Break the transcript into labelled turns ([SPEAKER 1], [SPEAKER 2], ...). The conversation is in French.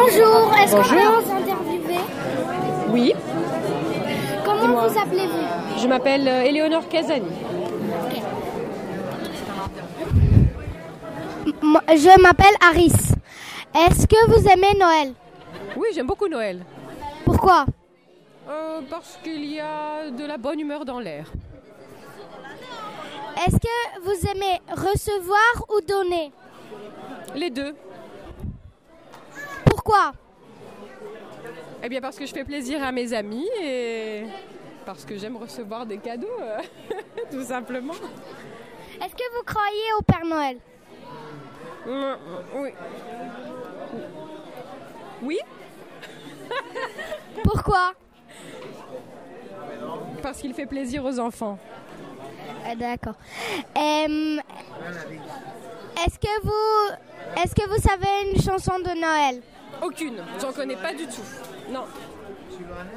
[SPEAKER 1] Bonjour, est-ce qu'on
[SPEAKER 2] Bonjour.
[SPEAKER 1] peut vous interviewer
[SPEAKER 2] Oui,
[SPEAKER 1] Comment
[SPEAKER 2] Dis-moi.
[SPEAKER 1] vous appelez-vous
[SPEAKER 2] je m'appelle euh, Éléonore Casani.
[SPEAKER 1] Je m'appelle Aris. Est-ce que vous aimez Noël
[SPEAKER 2] Oui, j'aime beaucoup Noël.
[SPEAKER 1] Pourquoi
[SPEAKER 2] Euh, parce qu'il y a de la bonne humeur dans l'air.
[SPEAKER 1] Est-ce que vous aimez recevoir ou donner
[SPEAKER 2] Les deux.
[SPEAKER 1] Pourquoi
[SPEAKER 2] Eh bien, parce que je fais plaisir à mes amis et parce que j'aime recevoir des cadeaux, euh, tout simplement.
[SPEAKER 1] Est-ce que vous croyez au Père Noël
[SPEAKER 2] Mm, Oui. Oui,
[SPEAKER 1] Pourquoi
[SPEAKER 2] parce qu'il fait plaisir aux enfants.
[SPEAKER 1] Ah, D'accord. Euh, Est-ce que vous est-ce que vous savez une chanson de Noël
[SPEAKER 2] Aucune, j'en connais pas du tout. Non.